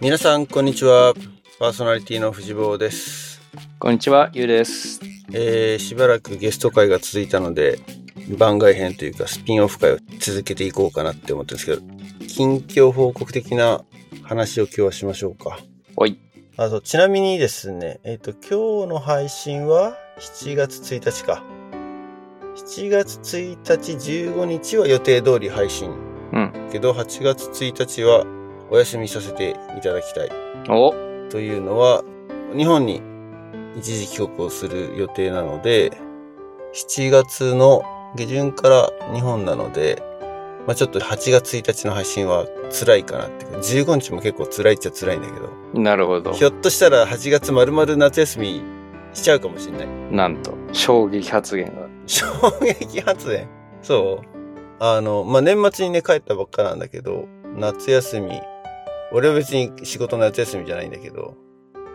皆さんこんにちはパーソナリティの藤坊です、こんにちは、ゆうです。えーしばらくゲスト会が続いたので番外編というかスピンオフ会を続けていこうかなって思ってるんですけど近況報告的な話を今日はしましょうかおい。あとちなみにですねえっ、と今日の配信は7月1日か7月1日15日は予定通り配信うん。けど8月1日はお休みさせていただきたいおというのは日本に一時帰国をする予定なので7月の下旬から日本なので、まあ、ちょっと8月1日の配信は辛いかなっていうか15日も結構辛いっちゃ辛いんだけどなるほど。ひょっとしたら8月まるまる夏休みしちゃうかもしれないなんと、衝撃発言が。衝撃発電そうあのまあ年末にね帰ったばっかなんだけど夏休み俺は別に仕事の夏休みじゃないんだけど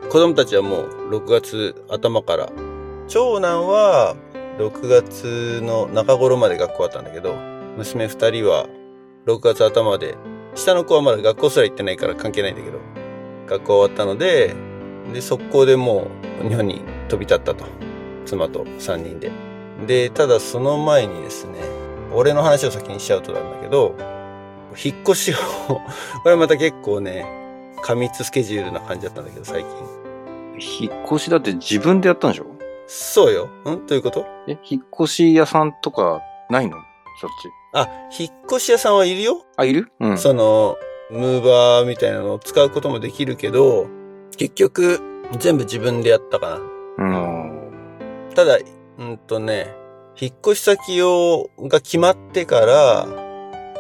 子供たちはもう6月頭から長男は6月の中頃まで学校あったんだけど娘2人は6月頭で下の子はまだ学校すら行ってないから関係ないんだけど学校終わったのでで速攻でもう日本に飛び立ったと妻と3人ででただその前にですね俺の話を先にしちゃうとなんだけど引っ越しを これまた結構ね過密スケジュールな感じだったんだけど最近引っ越しだって自分でやったんでしょそうよんということえ、引っ越し屋さんとかないのそっち。あ引っ越し屋さんはいるよ、あ、いるうん。そのムーバーみたいなのを使うこともできるけど結局全部自分でやったかうん。なただうんとね引っ越し先をが決まってから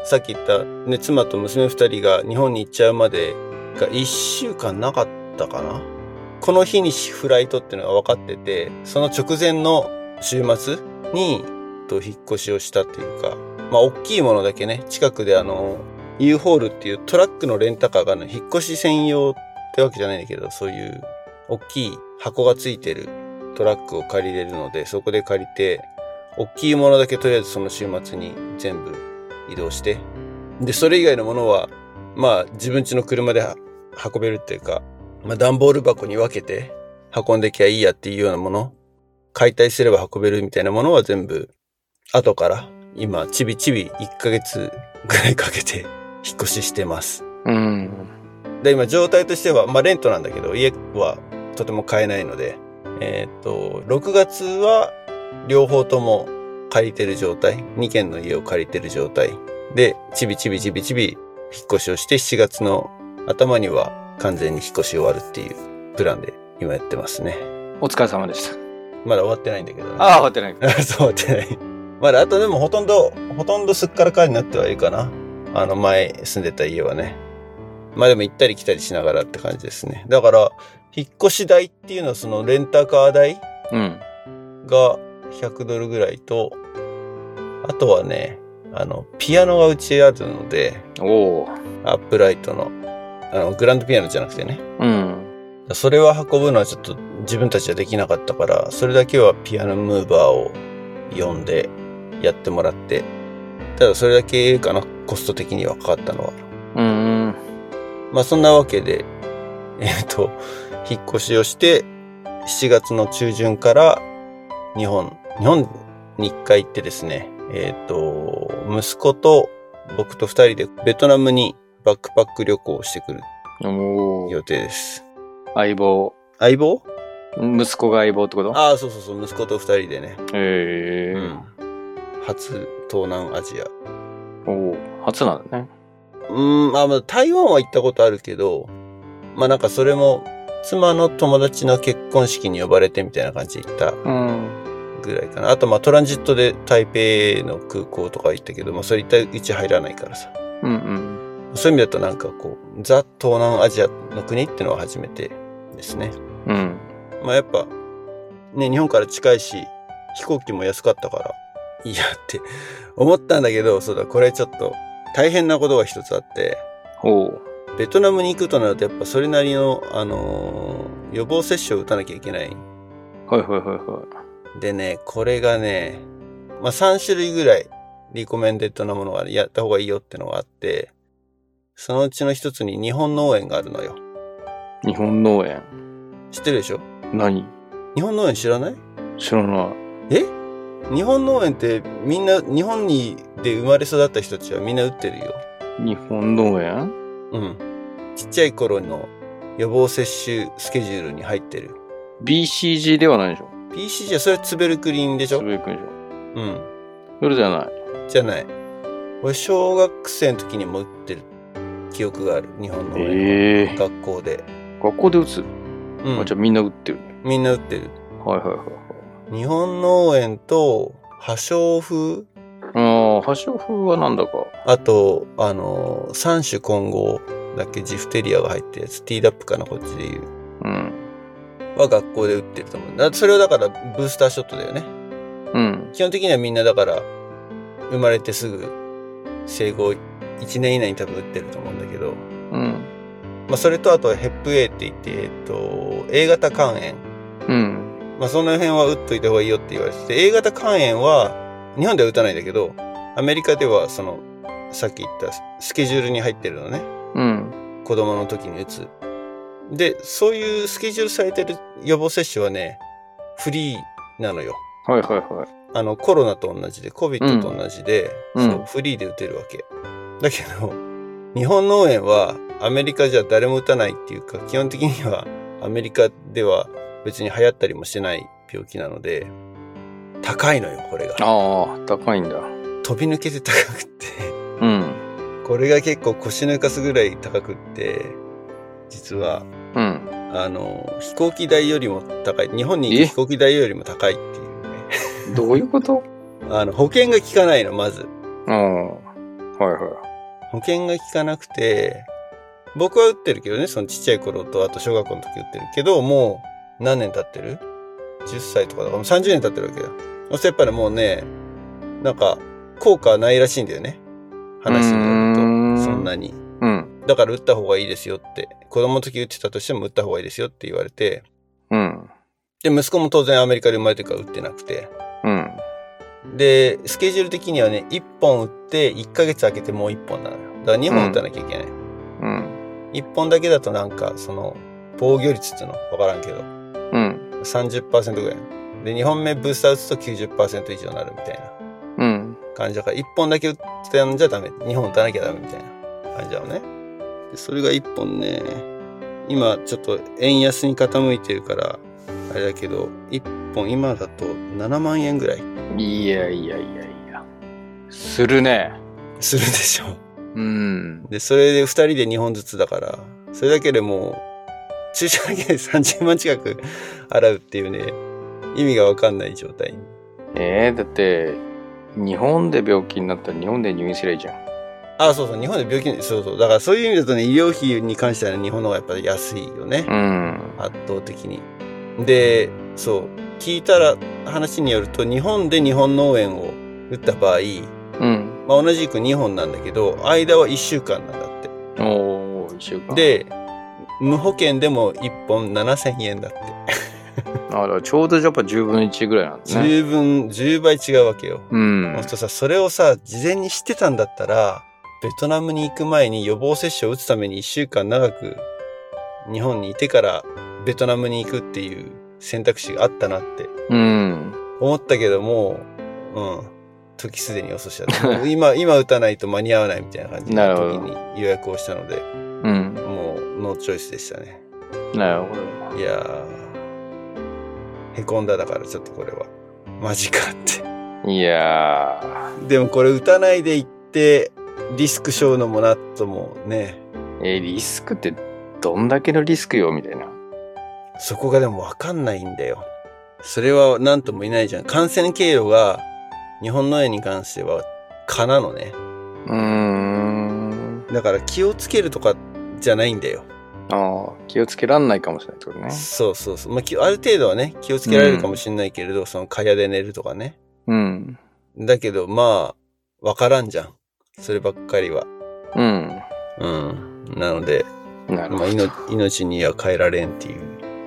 さっき言った、ね、妻と娘二人が日本に行っちゃうまでが1週間なかったかなこの日にフライトっていうのが分かっててその直前の週末にと引っ越しをしたっていうかまあ大きいものだけね近くであの U ホールっていうトラックのレンタカーがね引っ越し専用ってわけじゃないんだけどそういう大きい箱がついてるトラックを借りれるのでそこで借りて大きいものだけとりあえずその週末に全部移動してでそれ以外のものはまあ自分家の車では運べるっていうか、まあ、段ボール箱に分けて運んできゃいいやっていうようなもの解体すれば運べるみたいなものは全部後から今ちびちび1ヶ月ぐらいかけて引っ越ししてますうん。で今状態としてはまあレントなんだけど家はとても買えないのでえーっと6月は両方とも借りてる状態2軒の家を借りてる状態でちびちびちびちび引っ越しをして7月の頭には完全に引っ越し終わるっていうプランで今やってますねお疲れ様でした。まだ終わってないんだけどねああ、終わってない。あ そう終わってない。まだ、あとでもほとんど、ほとんどすっからかんになってはいるかな。あの、前住んでた家はね。まあでも行ったり来たりしながらって感じですね。だから、引っ越し代っていうのはそのレンタカー代うん。が100ドルぐらいと、あとはね、あの、ピアノがうちあるので、おお。アップライトの、あの、グランドピアノじゃなくてね。うん。それを運ぶのはちょっと自分たちはできなかったから、それだけはピアノムーバーを呼んでやってもらって、ただそれだけかな、コスト的にはかかったのは。うん。まあそんなわけで、えっ、と、引っ越しをして、7月の中旬から日本、日本に一回行ってですね、えっ、と、息子と僕と二人でベトナムにバックパック旅行をしてくるおお。予定です。相棒。相棒息子が相棒ってことああ、そうそうそう、息子と二人でね。へえ。初東南アジア。おお。初なんだね。うん、あ、まあ、台湾は行ったことあるけど、まあなんかそれも、妻の友達の結婚式に呼ばれてみたいな感じで行ったうん。ぐらいかな。あとまあトランジットで台北の空港とか行ったけど、まあそれ一体うち入らないからさ。うんそういう意味だとなんかこう、ザ・東南アジアの国ってのは初めてですね。うん。うん。まあやっぱ、ね、日本から近いし、飛行機も安かったから、いいやって思ったんだけど、そうだ、これちょっと大変なことが一つあって、おお。ベトナムに行くとなるとやっぱそれなりの、あのー予防接種を打たなきゃいけない。はいはいはいはい。でね、これがね、まあ3種類ぐらいリコメンデッドなものがやった方がいいよってのがあって、そのうちの一つに日本農園があるのよ。日本農園。知ってるでしょ何日本農園知らない知らない。え日本農園ってみんな日本にで生まれ育った人たちはみんな打ってるよ。日本農園うん。ちっちゃい頃の予防接種スケジュールに入ってる。 ?BCG ではないでしょ PCG はそれはツベルクリンでしょつぶやくんでしょうん。それじゃない。じゃない。俺、小学生の時にも打ってる記憶がある。日本の俺、ええ学校で。学校で打つ、うあ、んじゃ。あみんな打ってるね。みんな打ってる。はいはいはい。日本農園と、破傷風ああ、破傷風はなんだか。あと、あのー三種混合だっけジフテリアが入ってるやつ。ティーダップかな、こっちで言う。うん。は学校で打ってると思う。だそれはだから、ブースターショットだよね。うん。基本的にはみんなだから、生まれてすぐ、生後1年以内に多分打ってると思うんだけど。うん。まあ、それとあとヘップ A って言って、えっと、A 型肝炎。うん。まあ、その辺は打っといた方がいいよって言われてて、A 型肝炎は、日本では打たないんだけど、アメリカではその、さっき言ったスケジュールに入ってるのね。うん。子供の時に打つ。で、そういうスケジュールされてる予防接種はね、フリーなのよ。はいはいはい。あの、コロナと同じで、COVID と同じで、うんそうフリーで打てるわけ。だけど、日本農園はアメリカじゃ誰も打たないっていうか、基本的にはアメリカでは別に流行ったりもしてない病気なので、高いのよ、これが。ああ、高いんだ。飛び抜けて高くって、 うん。これが結構腰抜かすぐらい高くって、実は、うん。あの、飛行機代よりも高い。日本に行くえ飛行機代よりも高いっていうね。どういうことあの、保険が効かないの、まず。ああ。はいは保険が効かなくて、僕は打ってるけどね、そのちっちゃい頃と、あと小学校の時打ってるけど、もう何年経ってる ?10 歳とかだからもう30年経ってるわけだ。そしてやっぱりもうね、なんか、効果はないらしいんだよね。話によるうーんと、そんなに。い。うん。だから打った方がいいですよって、子供の時打ってたとしても打った方がいいですよって言われて、うん。で、息子も当然アメリカで生まれてるから打ってなくて、うん。で、スケジュール的にはね、1本打って1ヶ月空けてもう1本なのよ。だから2本打たなきゃいけない。うん。一本だけだとなんかその防御率っていうの分からんけどうん。 30%ぐらいで2本目ブースター打つと90%以上になるみたいなうん。感じだから1本だけ打ってんじゃダメ2本打たなきゃダメみたいな感じだよねでそれが1本ね今ちょっと円安に傾いてるからあれだけど1本今だと7万円ぐらいいやいやいやいや。するね。するでしょうん。でそれで2人で2本ずつだからそれだけでもう注射だけで30万近く払うっていうね意味がわかんない状態にえー、だって、日本で病気になったら日本で入院すりゃいいじゃん。あそうそう日本で病気にそうそうだからそういう意味だとね医療費に関してはね日本の方がやっぱり安いよねうん。圧倒的にでそう聞いたら話によると日本で日本農園を打った場合、うん。まあ、同じく2本なんだけど間は1週間なんだっておー、一週間。、で無保険でも1本7000円だってあだからちょうどやっぱ10分の1ぐらいなんだね。十分、10倍違うわけよ。うんほん。とさ、それをさ、事前に知ってたんだったら、ベトナムに行く前に予防接種を打つために1週間長く日本にいてからベトナムに行くっていう選択肢があったなってうん。思ったけども、うん。時すでに遅しだ った。今、今打たないと間に合わないみたいな感じなのる時ほどに予約をしたので、うん。もうノーチョイスでしたね。なるほいやー、へこんだだからちょっとこれは。マジかって。ど。いやー、でもこれ打たないでいってリスクしょうのもなともねえ、リスクってどんだけのリスクよみたいな。そこがでも分かんないんだよそれは何とも言えないじゃん感染経路が日本の絵に関しては蚊なのねうーん。だから気をつけるとかじゃないんだよ、ああ、気をつけらんないかもしれないってことね。そうそうそう、まあ、きある程度はね気をつけられるかもしれないけれど、その蚊帳で寝るとかねうん。だけどまあ分からんじゃんそればっかりはうん。うんなので、なるまあ、ほど。命命には変えられんっていう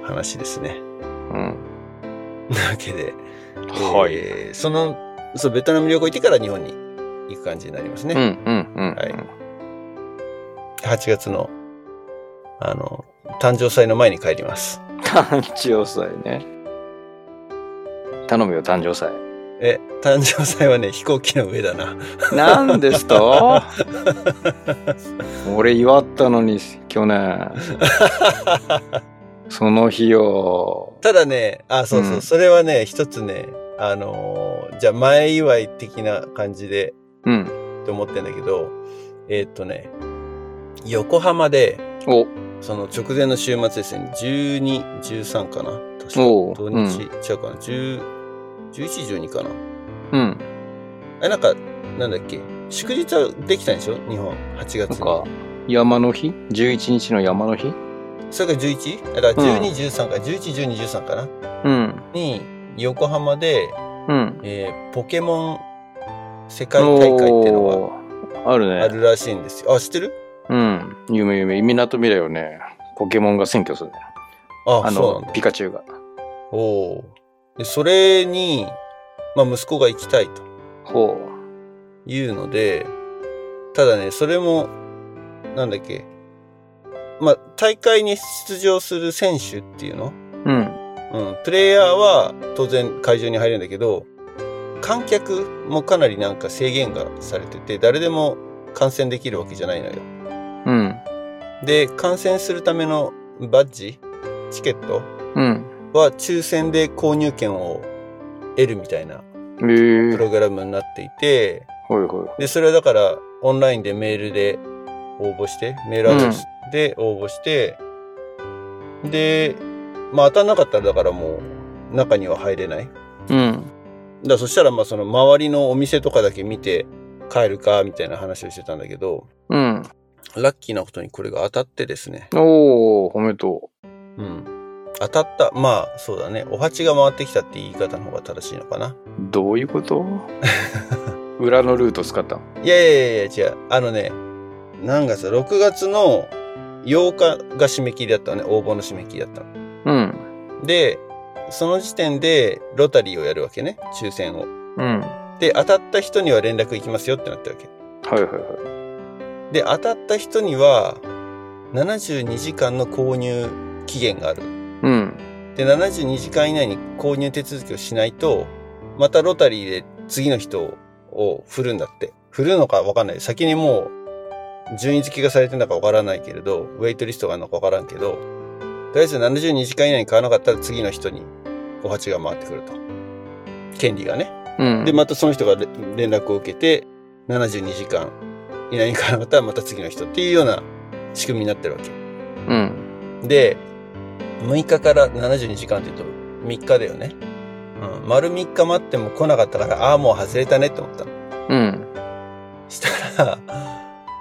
話ですね うん。なわけで、はい。えーそのそうベトナム旅行行ってから日本に行く感じになりますね、うんうんうん。はい8月のあの誕生祭の前に帰ります。誕生祭ね。頼むよ、誕生祭。え、誕生祭はね、 飛行機の上だな。なんです と俺祝ったのに、去年。その日を。ただね、あ、そうそう、うんそれはね、一つね、あのーじゃあ前祝い的な感じでうん。って思ってんだけど、えーっとね、横浜で、お、その直前の週末ですね、12、13かな確かおう土うん日、違うかな ?10、11、12かなうん。え、なんか、なんだっけ祝日はできたんでしょ日本、8なん月に。か、山の日 ?11 日の山の日それが 11? だからう12、ん13か、11、12、13かなうん。に、横浜で、うん。えーポケモン世界大会っていうのがあるね。があるらしいんですよ。あ、知ってるうん。夢夢。みなとみらいをね、ポケモンが占拠するんだよ。ああそうのなん、だピ。カチュウが。おおー。で、それに、まあ、息子が行きたいとほいうので、ただね、それも、なんだっけ、まあ、大会に出場する選手っていうのう。うん。うん、プレイヤーは当然会場に入るんだけど、観客もかなりなんか制限がされてて、誰でも観戦できるわけじゃないのよ。うん。で、観戦するためのバッジ、チケットうん。は抽選で購入券を得るみたいなええプログラムになっていて、ほいほい。で、それはだから、オンラインでメールで応募して、メールアドレスで応募して、で、まあ当たんなかったらだからもう中には入れない。だかうん。らそしたらまあその周りのお店とかだけ見て帰るか、みたいな話をしてたんだけど、うん。ラッキーなことにこれが当たってですね。おー、おめでとうん。当たった。まあそうだね。お鉢が回ってきたって言い方の方が正しいのかな。う。どういうこと 裏のルート使ったのいやいやいや、違う。あのね、何月だ ?6 月の8日が締め切りだったのね。応募の締め切りだったの。うん。で、その時点でロタリーをやるわけね。抽選を。うん。はで、当たった人には連絡行きますよってなったわけ。いはいはで、当たった人には、72時間の購入期限がある。い。うん。で、72時間以内に購入手続きをしないと、またロタリーで次の人を振るんだって。振るのかわかんない。先にもう、順位付けがされてるのかわからないけれど、ウェイトリストがあるのかわからんけど、とりあえず72時間以内に買わなかったら次の人にお鉢が回ってくると。権利がね。うん。で、またその人がれ連絡を受けて、72時間以内に買わなかったらまた次の人っていうような仕組みになってるわけ。うん。で、6日から72時間って言うと3日だよね。うん。丸3日待っても来なかったから、ああ、もう外れたねって思ったの。うん。したら、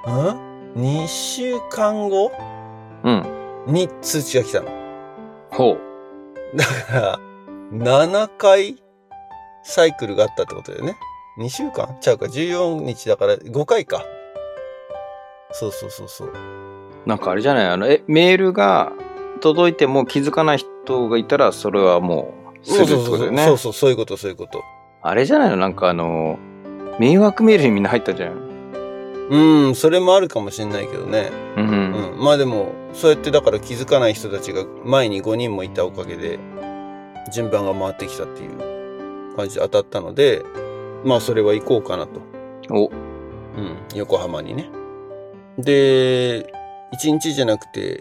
うん ?2 週間後うん。に通知が来たの。ほだから、7回サイクルがあったってことだよね。2週間ちゃうか、14日だから5回か。そうそうそうそう。う。なんかあれじゃないあの、え、メールが届いても気づかない人がいたら、それはもう、するそっうてそうこそうそとだよう。ね。そうそう、そういうこと、そういうこと。あれじゃないのなんかあの、迷惑メールにみんな入ったじゃん。うん、それもあるかもしれないけどね。うん。うん、まあでもそうやってだから気づかない人たちが前に5人もいたおかげで順番が回ってきたっていう感じで当たったのでまあそれは行こうかなと、うお、ん、横浜にねで1日じゃなくて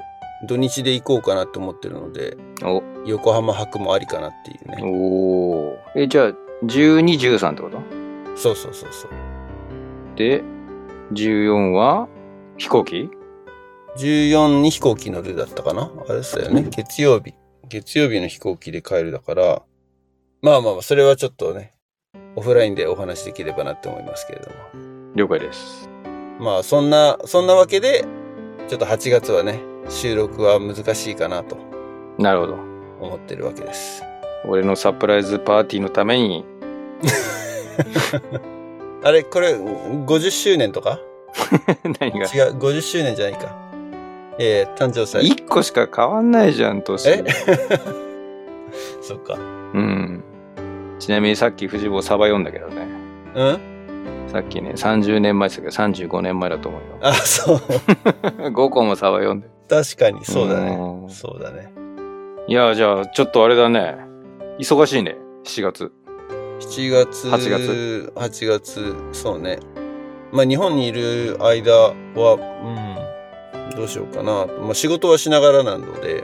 土日で行こうかなと思ってるのでお、横浜泊もありかなっていうねおーえ、じゃあ、12、13ってことそうそうそうそうで、14は飛行機14に飛行機乗るだったかなあれっすよね。月曜日。月曜日の飛行機で帰るだから、まあまあまあ、それはちょっとね、オフラインでお話できればなって思いますけれど了解です。も。まあ、そんな、そんなわけで、ちょっと8月はね、収録は難しいかなとなるほど。思ってるわけです。俺のサプライズパーティーのために、 あれ、これ、50周年とか何が違う、50周年じゃないか。ええ誕生祭。 1個しか変わんないじゃん、年え。そっか。うん。ちなみにさっき藤坊サバ読んだけどね。うん さっきね、30年前ですけど、35年前だと思うよ。 あ、そう。 5個もサバ読んで。確かに、そうだね。んそうだね。いや、じゃあ、ちょっとあれだね。忙しいね。7月。 7月、 8月8月、そうね。まあ、日本にいる間は、うん、どうしようかなと。まあ、仕事はしながらなので。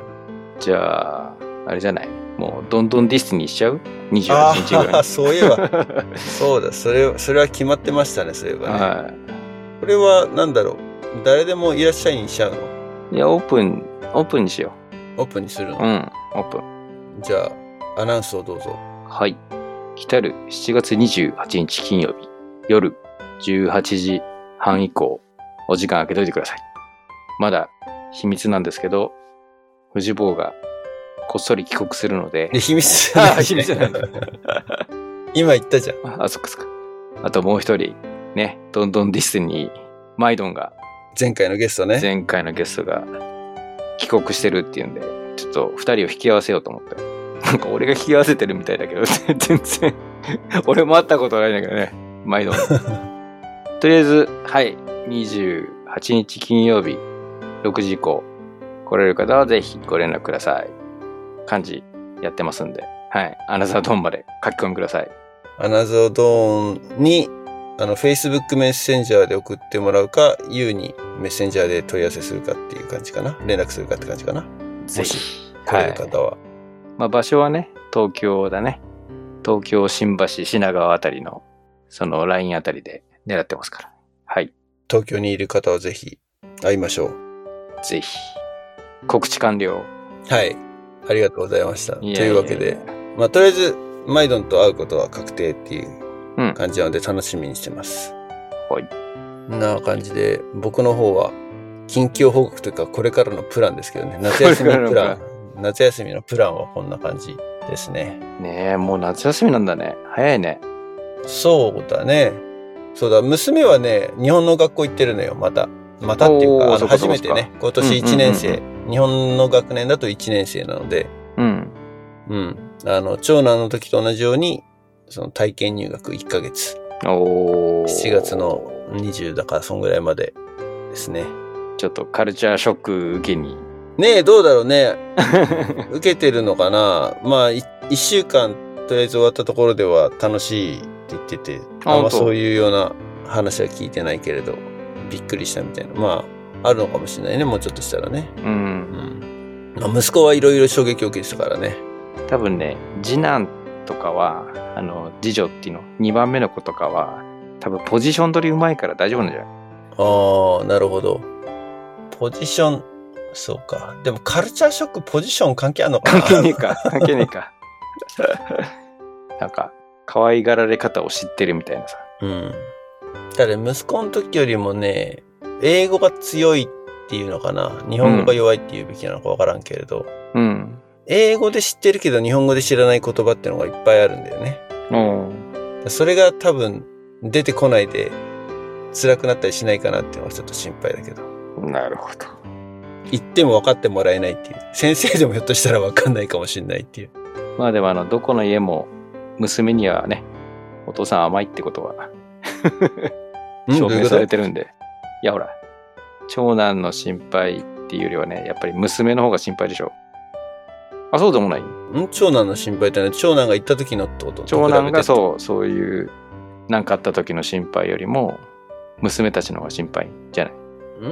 じゃあ、あれじゃない。もう、どんどんディスにしちゃう ?28 あ日ぐらあ、いそういえば、 そうだ、それ、それは決まってましたね、そういえに。ばね。はこれは、なんだろう。誰でもいらっしゃいにしちゃうのい。いや、オープン、オープンにしよオープンにするう。うの、ん、オープン。じゃあ、アナウンスをどうぞ。はい。来たる7月28日金曜日、夜18時半以降、お時間空けといてください。まだ秘密なんですけど、藤坊がこっそり帰国するのでで、、秘密じゃな あい。秘密じゃないんだ。今言ったじゃん。 あ、あそっかそっか。あともう一人、ね、どんどんディスニー、マイドンが、前回のゲストね。前回のゲストが、帰国してるっていうんで、ちょっと二人を引き合わせよう と思って。なんか俺が引き合わせてるみたいだけど、 全然、俺も会ったことないんだけどね、マ イドン。とりあえず、はい、28日金曜日、6時以降、来れる方はぜひご連絡ください。漢字やってますんで、はい、アナザードンまで書き込みください。アナザードーンに、あの、Facebook メッセンジャーで送ってもらうか、ユーにメッセンジャーで問い合わせするかっていう感じかな。連絡するかって感じかな。ぜひ。来れる方は。まあ、場所はね、東京だね。東京、新橋、品川あたりの、そのラインあたりで狙ってますから。はい。東京にいる方はぜひ会いましょう。ぜひ。告知完了。はい。ありがとうございました。といやいやいうわけで、まあ、とりあえず、マイドンと会うことは確定っていう感じなので楽しみにしてます。はいな感じで、僕の方は、近況報告というか、これからのプランですけどね。夏休みのプラこれからのン。夏休みのプランはこんな感じですね。ねえ、もう夏休みなんだね。早いね。そうだね。そうだ、娘はね、日本の学校行ってるのよ、また。またっていうおーか、あそのっか初そっかめてね、今年1年生、うんう日本の学年だと1年生なので、うん。うん。あの、長男の時と同じように、その体験入学1ヶ月。おー7月の。20だから、そんぐらいまでですね。ちょっとカルチャーショック受けに。 ねえ、どうだろうね。受けてるのかなまあ、1週間、とりあえず終わったところでは楽しいって言ってて、ああんま本当そういうような話は聞いてないけれど、びっくりしたみたいな。まあ、あるのかもしれないね、もうちょっとしたらね。うう。んん。まあ、息子はいろいろ衝撃を受けてたからね。多分ね次男とかはあの次女っていうの2番目の子とかは多分ポジション取りうまいから大丈夫なんじゃないああ、なるほど。ポジション、そうか。でもカルチャーショック、ポジション関係あるのかな関係ねえか 関係ねえかなんか可愛がられ方を知ってるみたいなさうん。ただ息子の時よりもね、英語が強いっていうのかな。日本語が弱いっていうべきなのかわからんけれど、うん英語で知ってるけど日本語で知らない言葉ってのがいっぱいあるんだよね。おそれが多分出てこないで辛くなったりしないかなっていうのがちょっと心配だけど。なるほど言っても分かってもらえないっていう。先生でもひょっとしたら分かんないかもしれないっていう。まあでもあのどこの家も娘にはねお父さん甘いってことは証明されてるんでいやほら長男の心配っていうよりはねやっぱり娘の方が心配でしょあそうでもないん長男の心配ってのは長男が行った時のってこと長男がう。そうそういう何かあった時の心配よりも娘たちの方が心配じゃないうー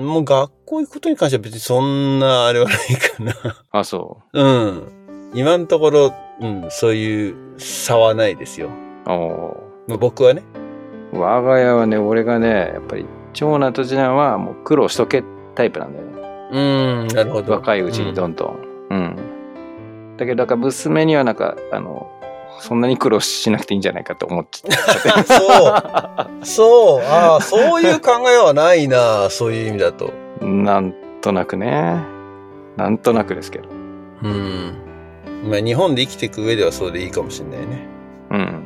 ん、もう学校行くことに関しては別にそんなあれはないかな。あそうん。今のところ、うん、そういう差はないですよ。うおまあ僕はね。ー我が家はね俺がねやっぱり長男と次男はもう苦労しとけタイプなんだよねうーん、なるほど。若いうちにどんどんうん、だけどだから娘にはなんかあのそんなに苦労しなくていいんじゃないかと思っ ちゃっそう。そう。ああ、そういう考えはないな。そういう意味だと。てなんとなくねなんとなくですけどうん。まあ日本で生きていく上ではそうでいいかもしれないね。うん。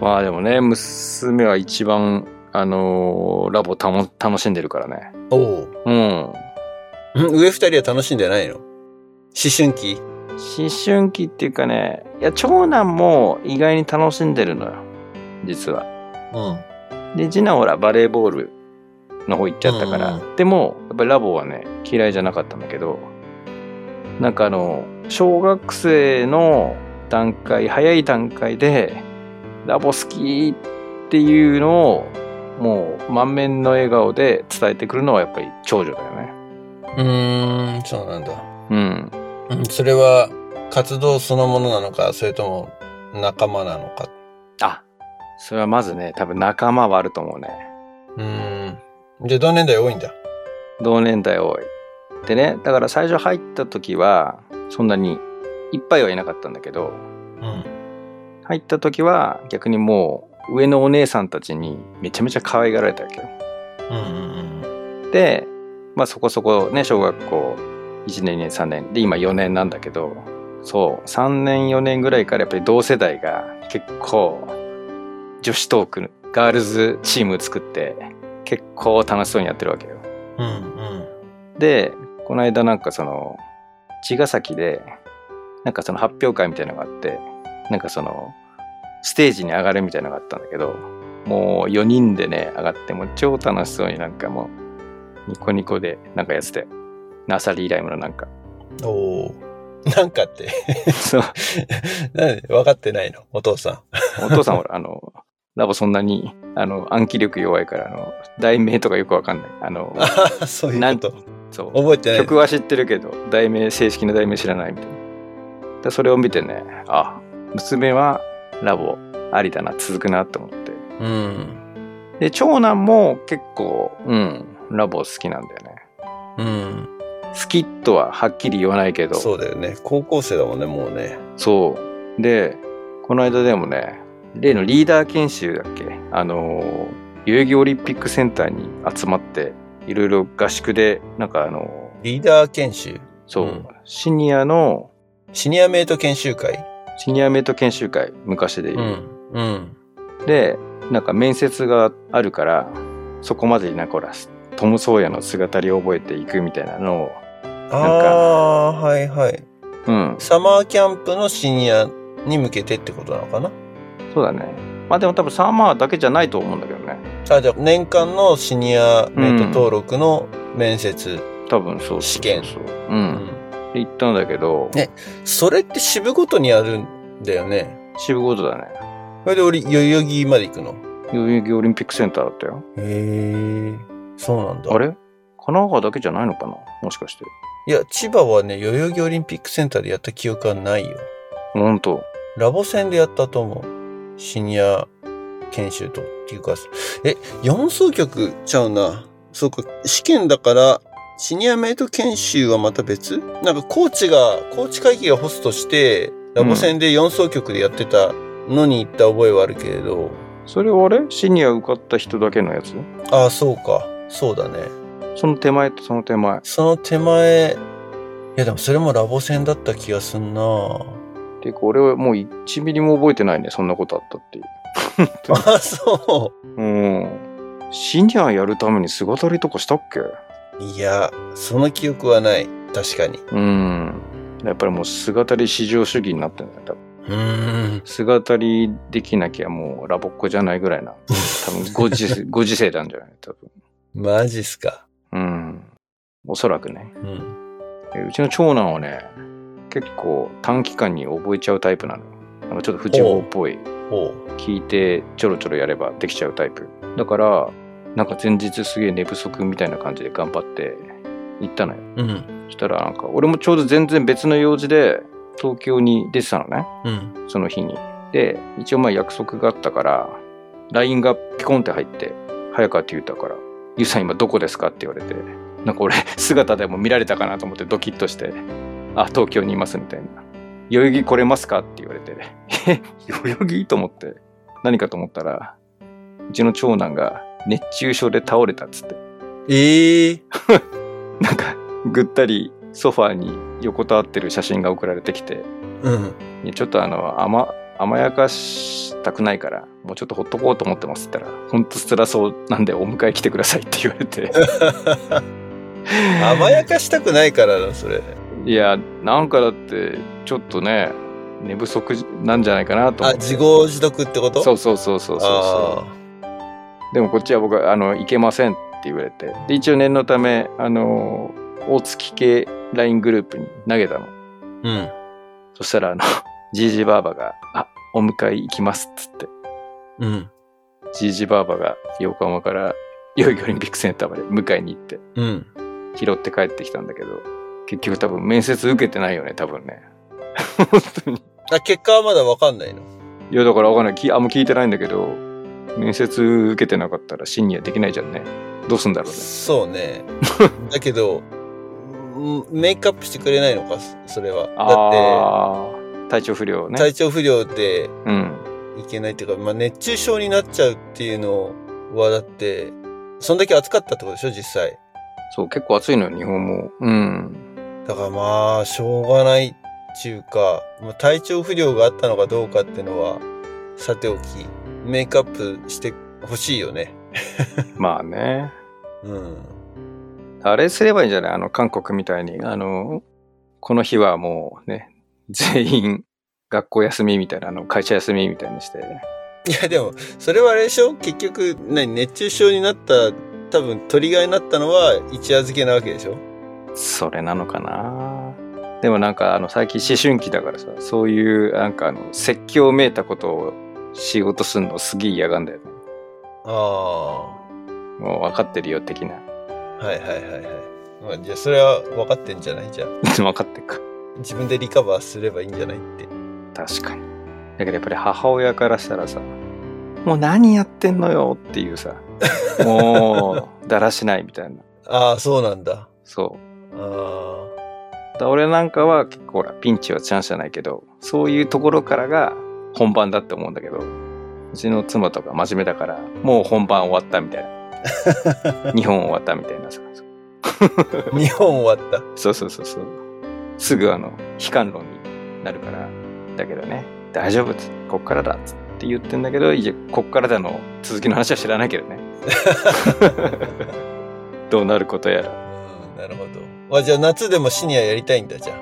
まあでもね、娘は一番、あのーラボたも楽しんでるからね。おお。うん。ん上二人は楽しんでないの思春期思春期っていうかね、いや、長男も意外に楽しんでるのよ。実は。うん。で、次男ほら、バレーボールの方行っちゃったから。うでも、っぱりラボはね、嫌いじゃなかったんだけど、なんかあの、小学生の段階、早い段階で、ラボ好きっていうのを、もう満面の笑顔で伝えてくるのはやっぱり長女だよね。うーん、そうなんだ。うん。うん、それは活動そのものなのか、それとも仲間なのか。あ、それはまずね、多分仲間はあると思うね。うーん。じゃあ同年代多いんだ。同年代多い。でね、だから最初入った時は、そんなにいっぱいはいなかったんだけど、うん。入った時は逆にもう上のお姉さんたちにめちゃめちゃ可愛がられたわけよ。うんうんで、まあそこそこね、小学校1年、2年、3年。で、今4年なんだけど、そう、3年、4年ぐらいからやっぱり同世代が結構、女子トーク、ガールズチーム作って、結構楽しそうにやってるわけよ。うん。うんうん。で、この間なんかその、茅ヶ崎で、なんかその発表会みたいなのがあって、なんかその、ステージに上がるみたいなのがあったんだけど、もう4人でね、上がって、もう超楽しそうになんかもう、ニコニコでなんかやってて、ナサリーライムのなんか、 おお。なんかって、 そう、なんで分かってないのお父さお父さんほら、あの、ラボそんなに、あの、暗記力弱いから、あの、題名とかよくわかんない。あのん。、 あそういうこと。そう、覚えてない。曲は知ってるけど題名正式な題名知らないみたいなでそれを見てねあ娘はラボありだな続くなと思ってうん。で長男も結構うんラボ好きなんだよねうん。好きとははっきり言わないけどそうだよね。高校生だもんね、もうね。そうでこの間でもね例のリーダー研修だっけあのー代々木オリンピックセンターに集まっていろいろ合宿でなんかあのリーダー研修。ーそう、うんシニアのシニアメイト研修会。シニアメイト研修会昔で言う、ん。うん。でなんか面接があるからそこまでになんかほらトム・ソーヤの姿りを覚えていくみたいなのを、ああ、はいはい。うん、サマーキャンプのシニアに向けてってことなのかなそうだねまあでも多分サーマーだけじゃないと思うんだけどねあ、じゃあ年間のシニアメイト登録の面接。多分そうそうそう試験う、うんで行ったんだけど、ねそれって支部ごとにやるんだよね。渋ごとだねそれで俺、代々木まで行くの。代々木オリンピックセンターだったよへえ、そうなんだ。あれ神奈川だけじゃないのかなもしかしていや、千葉はね、代々木オリンピックセンターでやった記憶はないよ。本当ラボ戦でやったと思う。シニア研修と、っていうか、え、四奏曲ちゃうな。そうか、試験だから、シニアメイト研修はまた別なんかコーチが、コーチ会議がホストして、ラボ戦で四奏曲でやってたのに行った覚えはあるけれど、それはあれシニア受かった人だけのやつああ、そうか。そうだね。その手前とその手前っその手前、いやでもそれもラボ戦だった気がすんなていうか俺はもう1ミリも覚えてないねそんなことあったっていうあ、そう。うん。シニアやるために姿りとかしたっけいや、その記憶はない。確かに。うん。やっぱりもう姿り至上主義になってんだよ。多分うーん。姿りできなきゃもうラボっ子じゃないぐらいな。多分ご時、ご時世なんじゃない多分。マジっすか。うん。おそらくねう。ん。えうちの長男はね、結構短期間に覚えちゃうタイプなのよ。なんかちょっとフチボっぽい。おう。聞いてちょろちょろやればできちゃうタイプだからなんか前日すげえ寝不足みたいな感じで頑張って行ったのようん。そしたらなんか俺もちょうど全然別の用事で東京に出てたのねうん。その日にで一応まあ約束があったから LINE がピコンって入って「早川って言うたから「ゆうさん今どこですか?」って言われてなんか俺姿でも見られたかなと思ってドキッとして「あ東京にいます」みたいな「代々木来れますか?」って言われて「え代々木?」と思って何かと思ったらうちの長男が熱中症で倒れたっつってええなんかぐったりソファーに横たわってる写真が送られてきてうん。いやちょっとあの甘甘やかしたくないからもうちょっとほっとこうと思ってますって言ったらほんと辛そうなんでお迎え来てくださいって言われて 甘やかしたくないからだ、それ。いやなんかだってちょっとね寝不足なんじゃないかなと思っあ、て自業自得ってことそううそうそうそうそうあそうでもこっちは僕はあの行けませんってって言われて。で、一応念のため、あのー、大月系 LINE グループに投げたの。うん。そしたら、あの、 ジージバーバが、あ、お迎え行きますっつって。うん。ジージバーバが横浜から代々木オリンピックセンターまで迎えに行って、うん。拾って帰ってきたんだけど、結局多分面接受けてないよね、多分ね。 本当に。あ、結果はまだわかんないの。いや、だからわかんない。きあんま聞いてないんだけど、面接受けてなかったら審議はできないじゃんね。どうすんだろうね。そう ね。だけど、うんメイクアップしてくれないのか、そそれは。だああ、体調不良って、ね。体調不良でうん。いけないっていうか、まあ、熱中症になっちゃうっていうのは、だって、そんだけ暑かったってことでしょ、実際。そう、結構暑いのよ、日本も。うん。だからまあ、しょうがないっていうか、まあ、体調不良があったのかどうかっていうのは、さておき、メイクアップしてほしいよね。まあね。うん。あれすればいいんじゃないあの、韓国みたいに。あの、この日はもうね、全員学校休みみたいな、あの、会社休みみたいにして。いやでも、それはあれでしょ結局、何、熱中症になった、多分トリガーになったのは一夜漬けなわけでしょそれなのかなでもなんかあの最近思春期だからさそういうなんかあの説教めいたことを仕事するのすげえ嫌がんだよねあもう分かってるよ的な あ。はいはいはいはい。まあ、じゃあそれは分かってんじゃないじゃあ。分かってるか自分でリカバーすればいいんじゃないって。確かにだけどやっぱり母親からしたらさもう何やってんのよっていうさもうだらしないみたいなああ、そうなんだ。そうああ。だから俺なんかは結構ほらピンチはチャンスじゃないけどそういうところからが本番だって思うんだけどうちの妻とか真面目だからもう本番終わったみたいな日本終わったみたいなさ日本終わった。そうそうそうそうすぐあの悲観論になるからだけどね大丈夫っつこっからだっつって言ってんだけどいやこっからだの続きの話は知らないけどねどうなることやらうん、なるほど。あ、じゃあ夏でもシニアやりたいんだじゃあ。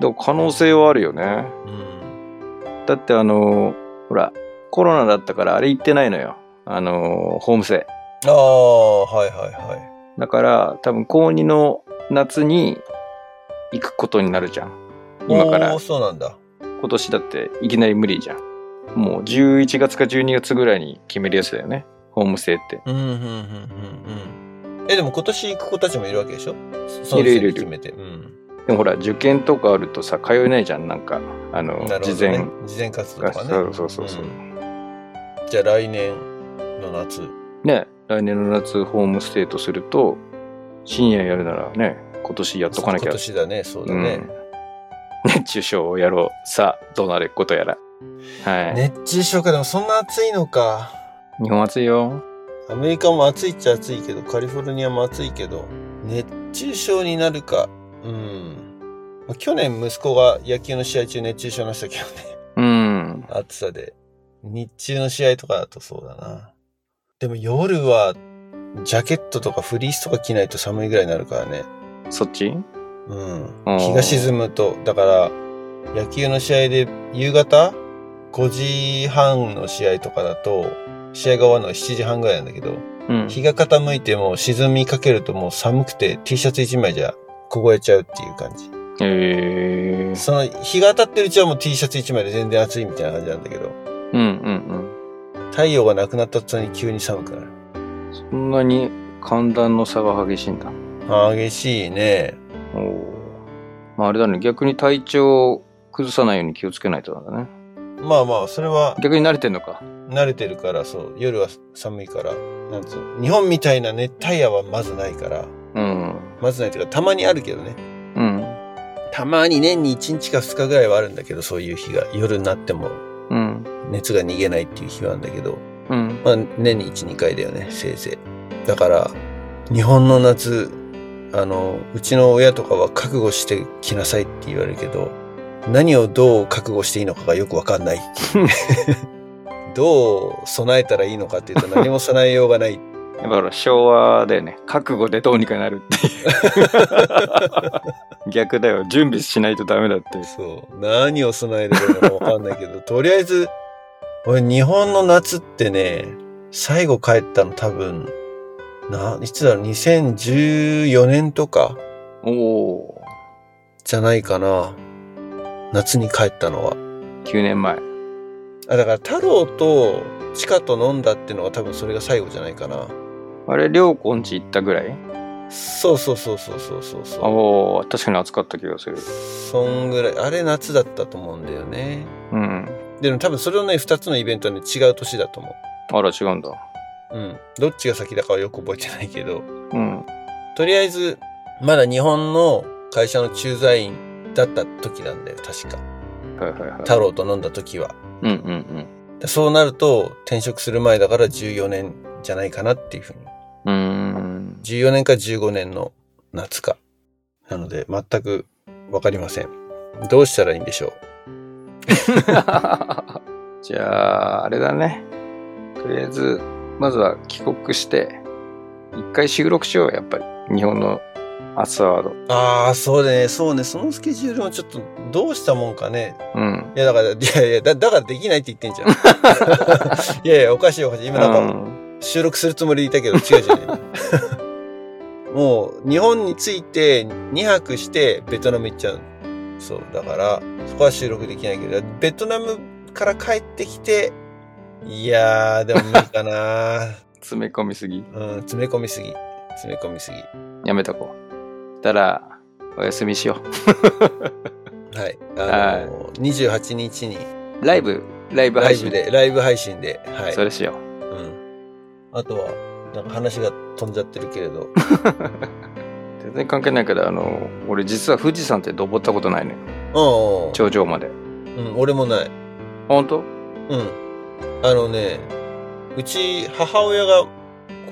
でも可能性はあるよねうん。だってあのーほら、コロナだったからあれ行ってないのよ。あのーホームセああ、はいはいはイ。だから、多分高2の夏に行くことになるじゃん。い。今からおー、そうなんだ。今年だっていきなり無理じゃん。もう11月か12月ぐらいに決めるやつだよね。ホームセイって。うん、うん、うん、うん、うん。え、でも今年行く子たちもいるわけでしょそいるいるいるその時に決めて。うん。でもほら、受験とかあるとさ、通えないじゃん。なんか、あの、なるほ事ど、前ね。事前活動とかね。そうそうそうそう。うんじゃあ来年の夏。ね、来年の夏ホームステイとすると、深夜やるならね、今年やっとかなき今ゃ年だね、そうだね。うん、熱 中症をやろうさあどうなることやらはい、熱中症か、でもそんな暑いのか。日本暑いよアメリカも暑いっちゃ暑いけど、カリフォルニアも暑いけど、熱中症になるか。うん。まあ去年息子が野球の試合中熱中症になってたけどね。 うん暑さで。日中の試合とかだとそうだな。でも夜は、ジャケットとかフリースとか着ないと寒いぐらいになるからね。そっちうん。日が沈むと、だから、野球の試合で夕方 ?5 時半の試合とかだと、試合が終わるのが7時半ぐらいなんだけど、うん日が傾いてもう沈みかけるともう寒くて T シャツ1枚じゃ凍えちゃうっていう感じ。えー、その日が当たってるうちはもう T シャツ1枚で全然暑いみたいな感じなんだけど、うんうん太陽がなくなった途端に急に寒くなる。うんそんなに寒暖の差が激しいんだあー激しいね。おおまああれだね逆に体調を崩さないように気をつけないとなんだねまあまあ、それは逆に慣れてんのか慣れてるから、そう、夜は寒いから、なんつうの、日本みたいな熱帯夜はまずないから、うんまずないというか、たまにあるけどね。うんたまに年に1日か2日ぐらいはあるんだけど、そういう日が。夜になってもうん熱が逃げないっていう日はあるんだけど、うんまあ年に1、2回だよね、せいぜい。だから、日本の夏、あの、うちの親とかは覚悟してきなさいって言われるけど、何をどう覚悟していいのかがよくわかんない。どう備えたらいいのかっていうと何も備えようがない。やっぱほら昭和だよね覚悟でどうに かなるっていう逆だよ準備しないとダメだっていうそう。何を備えればいいのかわかんないけど、とりあえず、俺日本の夏ってね、最後帰ったの多分、な、いつだろう、2014年とかおおじゃないかな。夏に帰ったのは。ー、9年前。あ、だから太郎とチカと飲んだってのは多分それが最後じゃないかな。あれ、りょうこんち行ったぐらいそうそうそうそうそうそうそおお、確かに暑かった気がするう。。そんぐらい。あれ夏だったと思うんだよね。うん。でも多分それをね、二つのイベントはね、違う年だと思あら、違うんだ。う。うん。どっちが先だかはよく覚えてないけど。うん。とりあえず、まだ日本の会社の駐在員だった時なんだよ、確か。はいはいはい。太郎と飲んだ時は。うんうんうん。でそうなると、転職する前だから14年じゃないかなっていうふうに。うーん。 14年か15年の夏か。なので、全くわかりません。どうしたらいいんでしょ じゃあ、あれだね。とりあえず、まずは帰国して、一回収録しよう、やっぱり。日本のアスワード。う。ああ、そうね、そうね、そのスケジュールもちょっとどうしたもんかね。うん。いや、だから、いやいや、だだからできないって言ってん じゃん。いやいや、おかしいおかしい。今なんか、うん収録するつもりでいたけど、違うじゃ ない。もう、日本に着いて2泊してベトナム行っちゃう。そう、だから、そこは収録できないけど、ベトナムから帰ってきて、いやー、でも無理か な詰め込みすぎ。うん、詰め込みすぎ。詰め込みすぎ。やめとこう。したら、お休みしよはい。あのー、28日に、う。ライブ、ライブライ配ブ信。で、ライブ配信で、はい。それしようん。あとは、なんか話が飛んじゃってるけれ ど、う。全然関係ないけど、あの、俺実は富士山って登ったことないのよ。うん頂上まで。うん、俺もない。あ本当？うん。あのね、うち母親が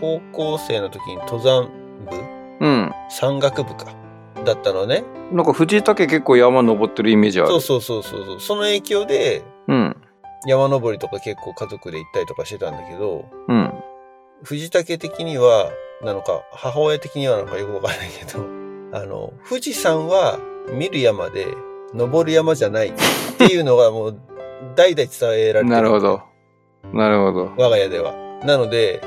高校生の時に登山部うん。山岳部か。だったのね。なんか藤井竹結構山登ってるイメージある。そうそうそうそうそう。その影響でうん。山登りとか結構家族で行ったりとかしてたんだけど、うん。藤竹的には、なのか、母親的にはなのかよくわからないけど、 あの、富士山は見る山で、登る山じゃないっていうのがもう、代々伝えられてなるほど。なるほど。我が家では。なので、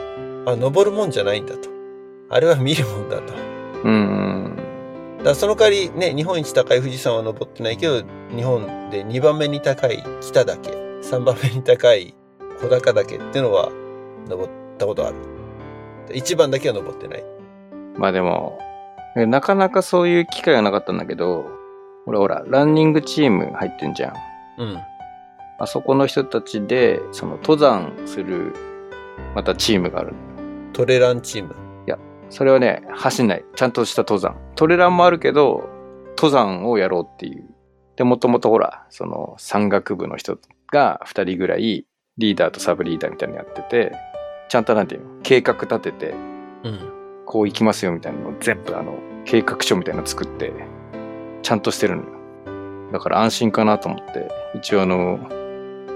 あ、登るもんじゃないんだと。あれは見るもんだと。だかうん。らその代わりね、日本一高い富士山は登ってないけど、日本で2番目に高い北岳、3番目に高い小高岳ってのは登ったことある。1番だけは登ってない。まあでも、なかなかそういう機会がなかったんだけど、ほらほら、ランニングチーム入ってんじゃん。うん。あそこの人たちで、その登山する、またチームがある。トレランチーム。それはね、走んない。ちゃんとした登山。トレランもあるけど、登山をやろうっていう。で、もともとほら、その山岳部の人が2人ぐらい、リーダーとサブリーダーみたいなのやってて、ちゃんとなんていうの、計画立てて、うん。こう行きますよみたいなのを全部あの計画書みたいなの作ってちゃんとしてるのよだから安心かなと思って一応あの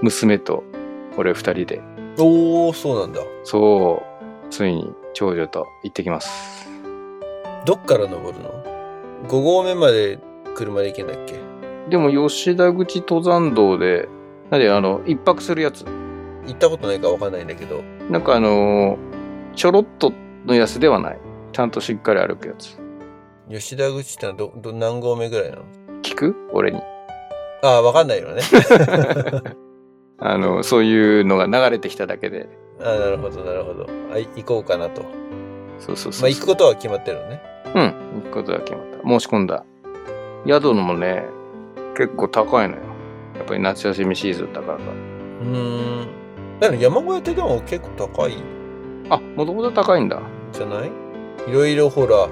娘と俺二人でおー、そうなんだ。そうついに長女と行ってきますどっから登るの ?5 合目まで車で行けんだっけでも吉田口登山道でなんであの一泊するやつ行ったことないからわかんないんだけど。なんかあのちょろっとのやつではないちゃんとしっかり歩くやつ吉田口ってのはど、ど、何合目ぐらいなの聞く俺にああ、わかんないよね。あのそういうのが流れてきただけでああ、なるほど、なるほど。あ、い行こうかなと。そうそうそうそうまあ、行くことは決まってるのね。うん、行くことだけまた。申し込んだ。宿のもね、結構高いのよ。やっぱり夏休みシーズンだからさ。うーん。だから山小屋ってでも結構高いんあ、もともと高いんだ。じゃないいろいろほら、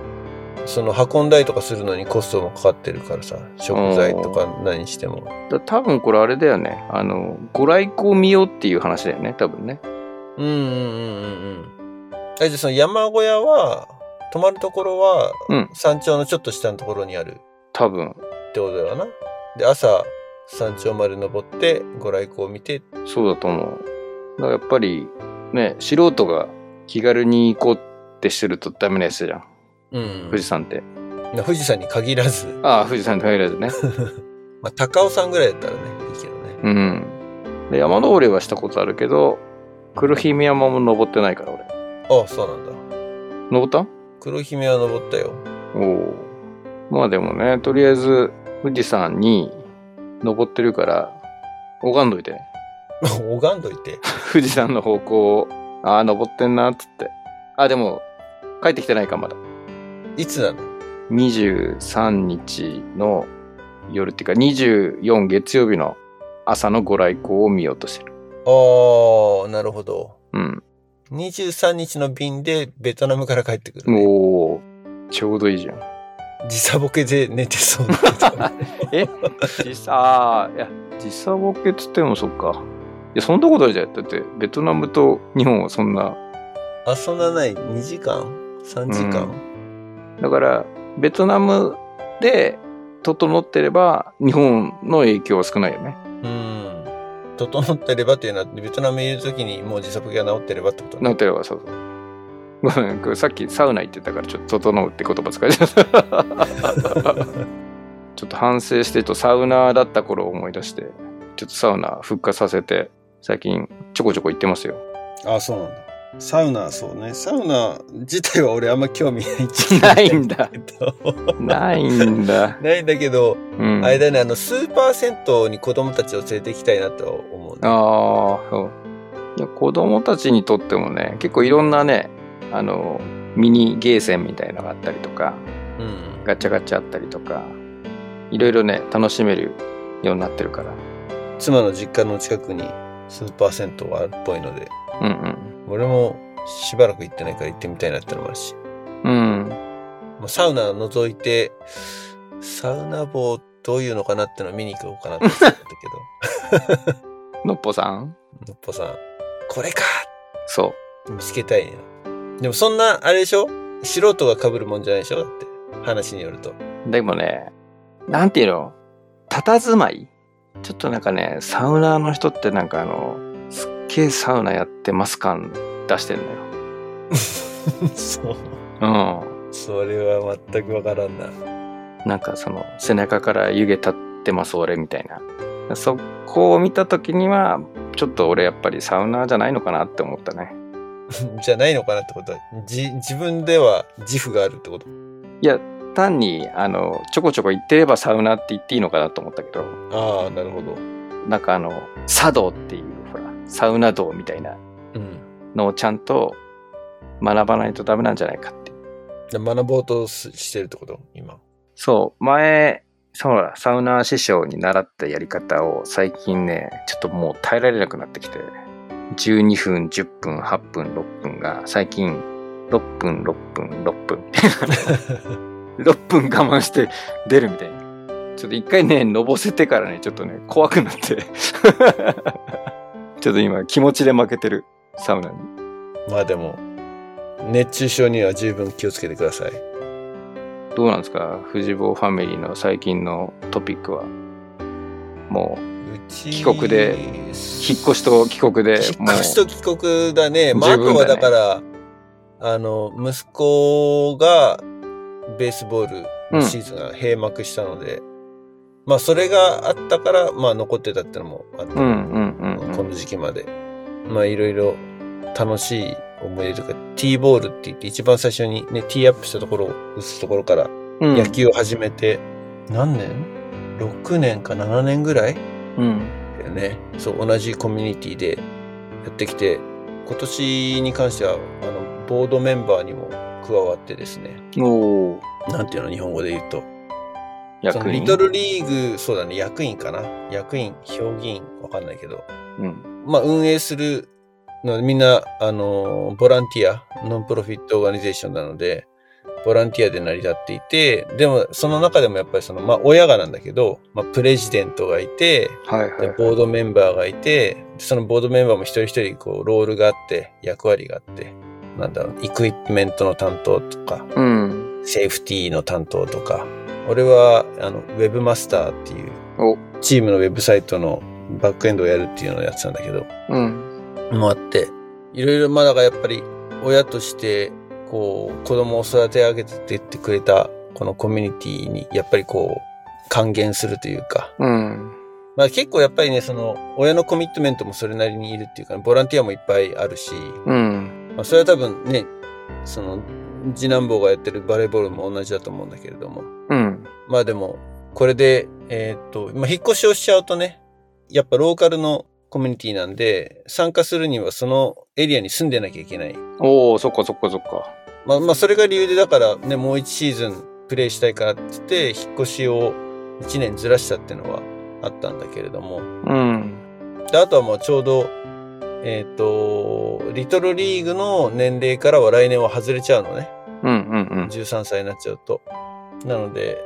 その運んだりとかするのにコストもかかってるからさ、食材とか何しても。だ多分これあれだよね。あの、ご来光見ようっていう話だよね、多分ね。うんうんうんうんうん。え、じゃあその山小屋は、泊まるところはうん、山頂のちょっと下のところにある多分。ってことだよな。で、朝、山頂まで登って、ご来光を見て、そうだと思う。だからやっぱり、ね、素人が気軽に行こうってしてるとダメなやつじゃん。うん富士山って。な富士山に限らず、ああ、富士山って限ら ずね。まあ、高尾山ぐらいだったらね、いいけどね。うん。で山登りはしたことあるけど、黒姫山も登ってないから俺。ああ、そうなんだ。登った黒姫は登ったよ。 おお。まあでもね、とりあえず富士山に登ってるから、拝んどいてね。 拝んどいて。富士山の方向を、ああ、登ってんな、っつって。あ、でも、帰ってきてないか、まだ。いつなの23日の夜っていうか、24月曜日の朝のご来光を見ようとしてる。ああ、なるほど。うん。 23日の便でベトナムから帰ってくる、ね。おお。ちょうどいいじゃん。時差ボケで寝てそう だえ時差、 あーいや、時差ボケっつってもそっか。いや、そんなことないじゃん。だって、ベトナムと日本はそんな。遊んだない2時間 ?3 時間、だから、ベトナムで整ってれば、日本の影響は少ないよね。うん。整ってればというのは、ベトナムいるときにもう時差ボケが治ってればってことねなってれば、そうそう。ごめんこれさっきサウナ行ってたから、ちょっと整うって言葉使いちゃった。ちょっと反省して、ちょっとサウナーだった頃を思い出して、ちょっとサウナ復活させて、最近ちょこちょこ行ってますよ。あそうなんだ。サウナ、そうね。サウナ自体は俺あんま興味ない時期ないんだけど。ないんだ。 ないんだけど、うん。あれだね、あの、スーパー銭湯に子供たちを連れて行きたいなとは思う、ね。ああ、そう。いや子供たちにとってもね、結構いろんなね、あの、ミニゲーセンみたいのがあったりとか、うん。ガチャガチャあったりとか、いろいろね、楽しめるようになってるから。妻の実家の近くにスーパー銭湯があるっぽいので、うん俺もしばらく行ってないから行ってみたいなってのもあるし。うん。うん。もうサウナ覗いて、サウナ棒どういうのかなってのを見に行こうかなって思ったけ のっぽさんど、のっぽさん、これかそ見つけたいね。でもそんな、あれでしょ素人が被るもんじゃないでしょだって。話による と。う。でもね、なんていうの佇まいちょっとなんかね、サウナーの人ってなんかあの、すっげえサウナやってます感出してんのよ。そう。うん。それは全くわからんな。なんかその背中から湯気立ってます俺みたいなそこを見た時にはちょっと俺やっぱりサウナーじゃないのかなって思ったね じゃないのかなってことは、じ、自分では自負があるってこといや単にあのちょこちょこ行ってればサウナーって言っていいのかなと思ったけどああ、なるほど。なんかあの茶道っていうほらサウナ道みたいなうん。のをちゃんと学ばないとダメなんじゃないかってじゃあ学ぼうとすしてるってこと今。そう前そうだサウナー師匠に習ったやり方を最近ねちょっともう耐えられなくなってきて12分10分8分6分が最近6分6分6分6分我慢して出るみたいなちょっと一回ねのぼせてからねちょっとね怖くなって ちょっと今気持ちで負けてるサウナにまあでも、熱中症には十分気をつけてください。どうなんですか藤坊ファミリーの最近のトピックはもううち帰国で、引っ越引っ越しと帰国で引もうっ越しと帰国だね。まあ、あ十と分はだだねから、あの、息子がベースボールのシーズンが閉幕したので、まあ、それがあったから、まあ、残ってたってのもあって、うんうんうんうんこの時期まで。まあ、いろいろ楽しい思い出とか、T ボールって言って一番最初にね、T アップしたところ、打つところからうん野球を始めて、何年 ?6 年か7年ぐらいうんだよね。そう、同じコミュニティでやってきて、今年に関しては、あの、ボードメンバーにも加わってですね。おーなんていうの、日本語で言うと。その役員リトルリーグ、そうだね、役員かな。役員、評議員、わかんないけど。うんまあ、運営するのはみんな、あの、ボランティア、ノンプロフィットオーガニゼーションなので、ボランティアで成り立っていて、でも、その中でもやっぱりその、まあ、親がなんだけど、まあ、プレジデントがいて、はいはいではいボードメンバーがいて、そのボードメンバーも一人一人こうロールがあって、役割があって、なんだろう、エクイプメントの担当とか、うんセーフティーの担当とか、俺はあのウェブマスターっていうおチームのウェブサイトのバックエンドをやるっていうのをやってたんだけど、うんもあって、いろいろまあだからやっぱり親としてこう子供を育て上げてってくれたこのコミュニティにやっぱりこう還元するというか、うんまあ結構やっぱりね、その、親のコミットメントもそれなりにいるっていうか、ボランティアもいっぱいあるし、うんまあそれは多分ね、その、次男坊がやってるバレーボールも同じだと思うんだけれども。うん。まあでも、これで、えーっと、まあ、引っ越しをしちゃうとね、やっぱローカルのコミュニティなんで、参加するにはそのエリアに住んでなきゃいけない。おお、そっかそっかそっか。まあまあ、それが理由で、だからね、もう1シーズンプレイしたいからって言って、引っ越しを1年ずらしたっていうのはあったんだけれども。うん。で、あとはもうちょうど、えーっと、リトルリーグの年齢からは来年は外れちゃうのね。うんうんうん。 13歳になっちゃうと。なので、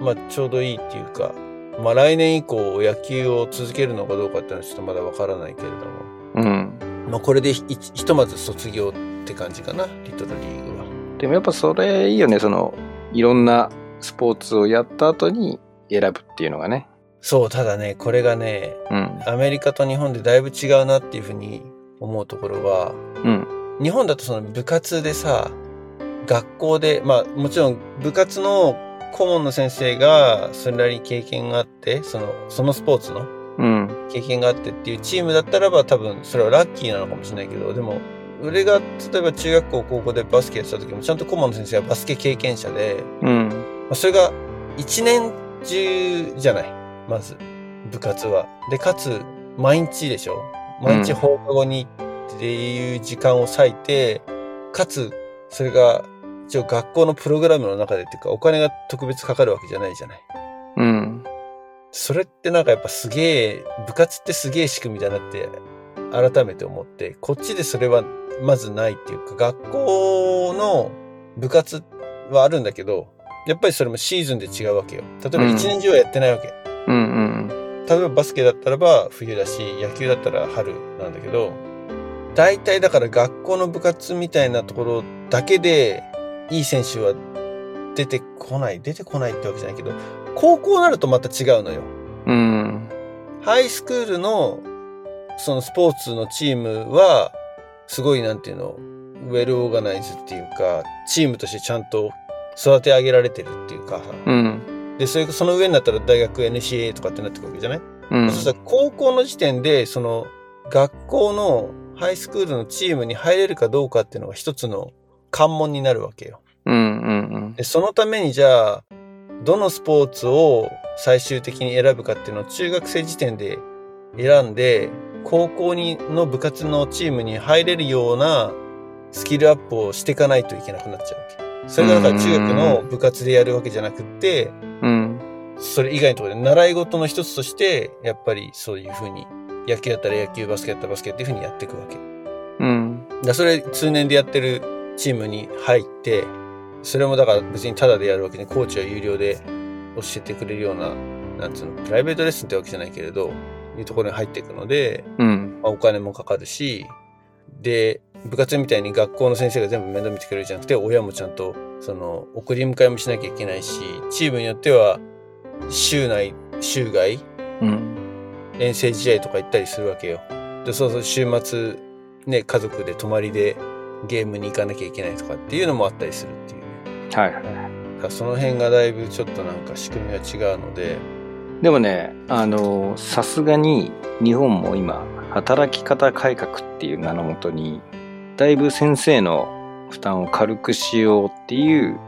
まあ、ちょうどいいっていうか、まあ、来年以降野球を続けるのかどうかっていうのはちょっとまだわからないけれども、うん。まあ、これでひひとまず卒業って感じかな、リトルリーグは。でもやっぱそれいいよね。その、いろんなスポーツをやった後に選ぶっていうのがね。そう、ただね、これがね、うん。アメリカと日本でだいぶ違うなっていうふうに思うところは、うん。日本だとその部活でさ、学校で、まあもちろん部活の顧問の先生がそれなりに経験があって、その、そのスポーツのうん。経験があってっていうチームだったらば多分それはラッキーなのかもしれないけどでも俺が例えば中学校高校でバスケやってた時もちゃんと顧問の先生がバスケ経験者で、うん。まあ、それが一年中じゃないまず部活は。でかつ毎日でしょ毎日うん放課後にっていう時間を割いて、かつそれが一応学校のプログラムの中でっていうかお金が特別かかるわけじゃないじゃない。うん。それってなんかやっぱすげえ、部活ってすげえ仕組みだなって改めて思って、こっちでそれはまずないっていうか、学校の部活はあるんだけど、やっぱりそれもシーズンで違うわけよ。例えばうん一年中はやってないわけ。うんうん。例えばバスケだったらば冬だし、野球だったら春なんだけど、大体だから学校の部活みたいなところだけでいい選手は出てこない、出てこないってわけじゃないけど、高校になるとまた違うのよ。うん。ハイスクールの、そのスポーツのチームは、すごいなんていうの、ウェルオーガナイズっていうか、チームとしてちゃんと育て上げられてるっていうか、うん。で、それその上になったら大学 NCA とかってなってくるわけじゃない、うん。そしたら高校の時点で、その学校のハイスクールのチームに入れるかどうかっていうのが一つの関門になるわけよ。うんうんうん。でそのためにじゃあどのスポーツを最終的に選ぶかっていうのを中学生時点で選んで高校にの部活のチームに入れるようなスキルアップをしていかないといけなくなっちゃうわけ。それがだから中学の部活でやるわけじゃなくってうん。それ以外のところで習い事の一つとしてやっぱりそういうふうに野球やったら野球バスケやったらバスケっていうふうにやっていくわけ。うん。だからそれ通年でやってるチームに入って、それもだから別にタダでやるわけで、コーチは有料で教えてくれるような、なんつうの、プライベートレッスンってわけじゃないけれど、いうところに入っていくので、うん。まあ、お金もかかるし、で、部活みたいに学校の先生が全部面倒見てくれるじゃなくて、親もちゃんと、その、送り迎えもしなきゃいけないし、チームによっては、州内、州外、うん。遠征試合とか行ったりするわけよ。で、そうそう、週末、ね、家族で泊まりでゲームに行かなきゃいけないとかっていうのもあったりするっていうね。はいはだからその辺がだいぶちょっとなんか仕組みが違うので、い。でもね、あの、さすがに日本も今、働き方改革っていう名のもとに、だいぶ先生の負担を軽くしようっていう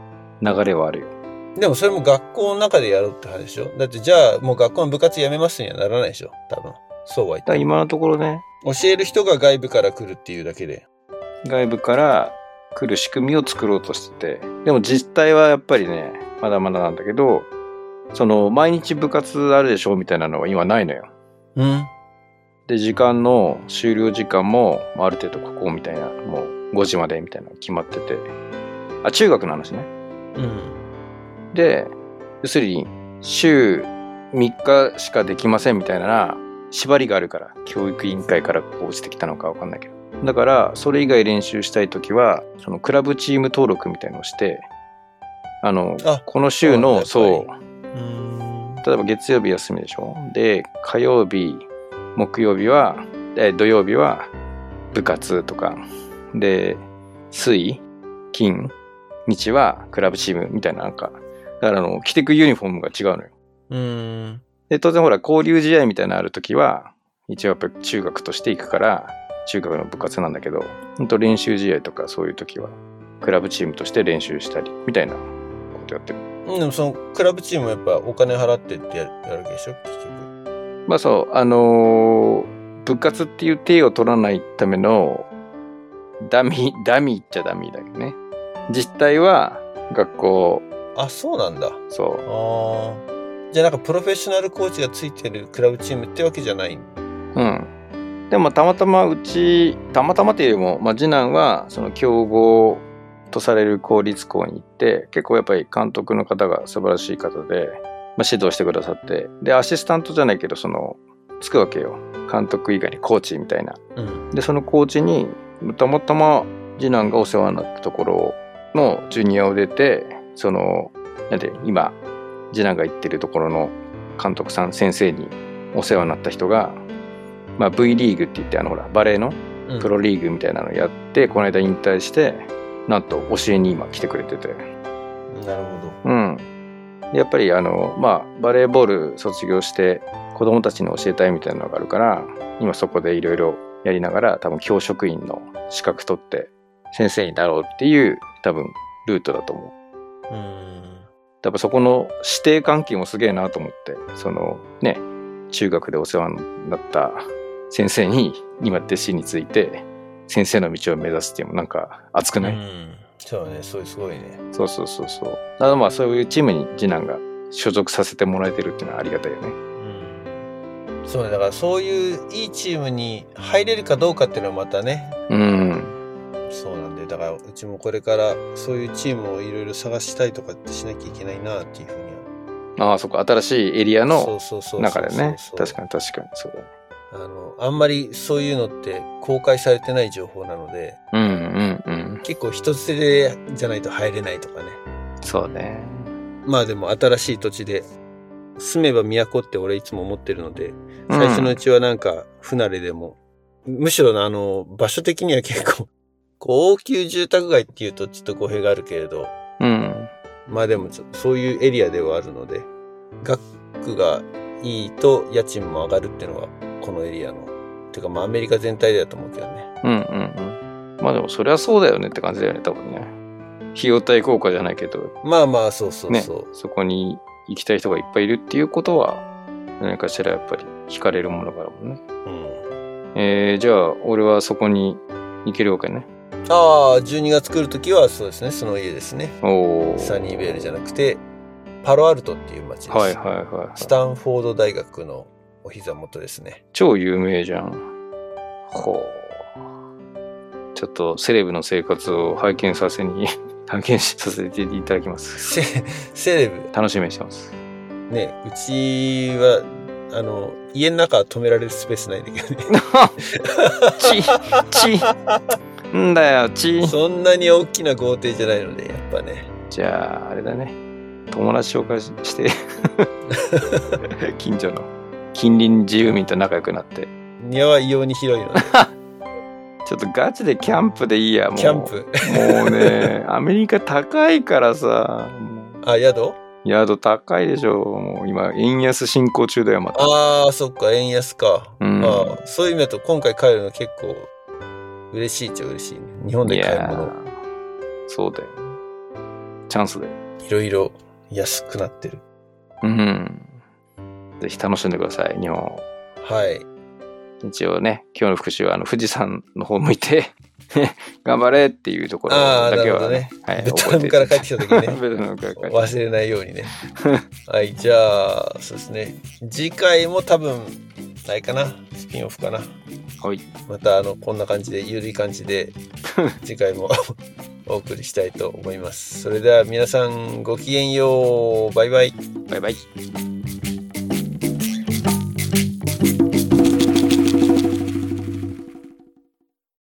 流れはあるよ。でもそれも学校の中でやろうって話でしょだってじゃあもう学校の部活やめますにはならないでしょ多分。そうは言っだからても。今のところね、教える人が外部から来るっていうだけで。外部から来る仕組みを作ろうとしてて、でも実態はやっぱりね、まだまだなんだけど、その、毎日部活あるでしょみたいなのは今ないのよ。うん。で、時間の終了時間も、まあある程度ここみたいな、もう5時までみたいなの決まってて、あ、中学の話ね。うん。で、要するに、週3日しかできませんみたいな、縛りがあるから、教育委員会からこう落ちてきたのかわかんないけど。だから、それ以外練習したいときは、そのクラブチーム登録みたいのをして、あの、あこの週の、そうなんだそう、うーん。例えば月曜日休みでしょで、火曜日、木曜日は、え土曜日は部活とか、で、水、金、日はクラブチームみたいななんか、だからあの、着てくユニフォームが違うのよ。うーん。で、当然ほら、交流試合みたいなのあるときは、一応やっぱり中学として行くから、中学の部活なんだけど、ほんと練習試合とかそういう時は、クラブチームとして練習したり、みたいなことやってる。うん、でもそのクラブチームはやっぱお金払ってってやるやるわけでしょ結局。まあそう、あのー部活っていう体を取らないための、ダミー、ダミーっちゃダミーだけどね。実態は、学校、あ、そうなんだ。あそう、あ。じゃあなんかプロフェッショナルコーチがついてるクラブチームってわけじゃない。うん。でもまあたまたまうち、たまたまというよりも、まあ、次男はその強豪とされる公立校に行って、結構やっぱり監督の方が素晴らしい方で、まあ、指導してくださって、で、アシスタントじゃないけど、その、つくわけよ。監督以外にコーチみたいな。うん。で、そのコーチに、たまたま次男がお世話になったところのジュニアを出て、その、なんて、今、次男が行ってるところの監督さん、先生にお世話になった人が、まあ、V リーグって言って、あの、ほら、バレーのうん、プロリーグみたいなのやって、この間引退して、なんと教えに今来てくれてて。なるほど。うん。でやっぱりあの、まあ、バレーボール卒業して子供たちに教えたいみたいなのがあるから、今そこでいろいろやりながら、多分教職員の資格取って先生になろうっていう多分ルートだと思う。うーん。多分そこの師弟関係もすげえなと思って、そのね、中学でお世話になった先生に今弟子について先生の道を目指すっていうのもなんか熱くない、うん。そうね、そういうすごいね。そうそうそうそう。だからまあそういうチームに次男が所属させてもらえてるっていうのはありがたいよね。うん。そうね、だからそういういいチームに入れるかどうかっていうのはまたね、うん。そうなんで、だからうちもこれからそういうチームをいろいろ探したいとかってしなきゃいけないなっていうふうには。ああ、そっか。新しいエリアのそうそうそうそう中でね。そう確そうかに確かに。そうだね。あの、あんまりそういうのって公開されてない情報なので、うんうんうん。結構一つ手でじゃないと入れないとかね。そうね。まあでも新しい土地で、住めば都って俺いつも思ってるので、最初のうちはなんか不慣れでも、むしろなあの、場所的には結構、 高級住宅街っていうとちょっと語弊があるけれど、うん。まあでもちょそういうエリアではあるので、学区がいいと家賃も上がるっていうのがこのエリアの、てかまあアメリカ全体だと思うけどね。うんうんうん。まあでもそりゃそうだよねって感じだよね、多分ね。費用対効果じゃないけど、まあまあそうそうね。そう。そこに行きたい人がいっぱいいるっていうことは、何かしらやっぱり惹かれるものがあるもんね。うん、えー、じゃあ俺はそこに行けるわけね。ああ、12月来るときはそうですね、その家ですね。おお。サニーベールじゃなくて、パロアルトっていう町です。はいはいはいはい。スタンフォード大学のお膝元ですね。超有名じゃん。ほう。ちょっとセレブの生活を拝見させに、 拝見させていただきます。セセレブ、楽しみにしてます。 ね、うちは、あの、家の中は止められるスペースないんだけど ね。ち、ち、んだよ、ち。そんなに大きな豪邸じゃないので、やっぱね。じゃあ、あれだね。友達紹介しして、 近所の近隣住民と仲良くなって。庭は異様に広い ので、ちょっとガチでキャンプでいいや、もう。キャンプ。もうね、アメリカ高いからさ、もうあ、宿宿高いでしょ。もう今、円安進行中だよ、また。ああ、そっか、円安か。うんあーそういう意味だと、今回帰るの結構、嬉しいっちゃ嬉しいね。日本で買いいや物、ーそうだよ。チャンスだよ。いろいろ安くなってる。うん。ぜひ楽しんでください、日本を。はい。一応ね、今日の復習は、あの、富士山の方向いて、 頑張れっていうところだけあーは、なるね、はい、ベトナムから帰ってきた時覚えて ね。 ベトナムから帰って忘れないようにね。はい、じゃあ、そうですね。次回も多分、ないかな。スピンオフかな。はい。また、あの、こんな感じで、ゆるい感じ で、次回も お送りしたいと思います。それでは皆さん、ごきげんよう。バイバイ。バイバイ。